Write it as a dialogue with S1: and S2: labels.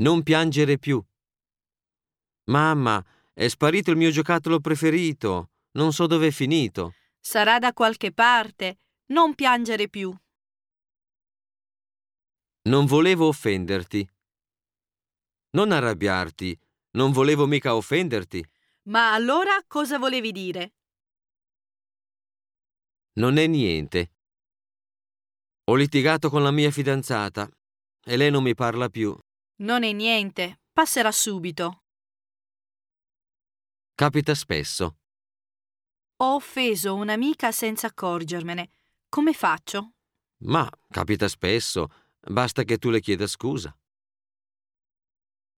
S1: Non piangere più. Mamma, è sparito il mio giocattolo preferito. Non so dove è finito.
S2: Sarà da qualche parte. Non piangere più.
S1: Non volevo offenderti. Non arrabbiarti. Non volevo mica offenderti.
S2: Ma allora cosa volevi dire?
S1: Non è niente. Ho litigato con la mia fidanzata e lei non mi parla più.
S2: Non è niente. Passerà subito.
S1: Capita spesso.
S2: Ho offeso un'amica senza accorgermene. Come faccio?
S1: Ma capita spesso. Basta che tu le chieda scusa.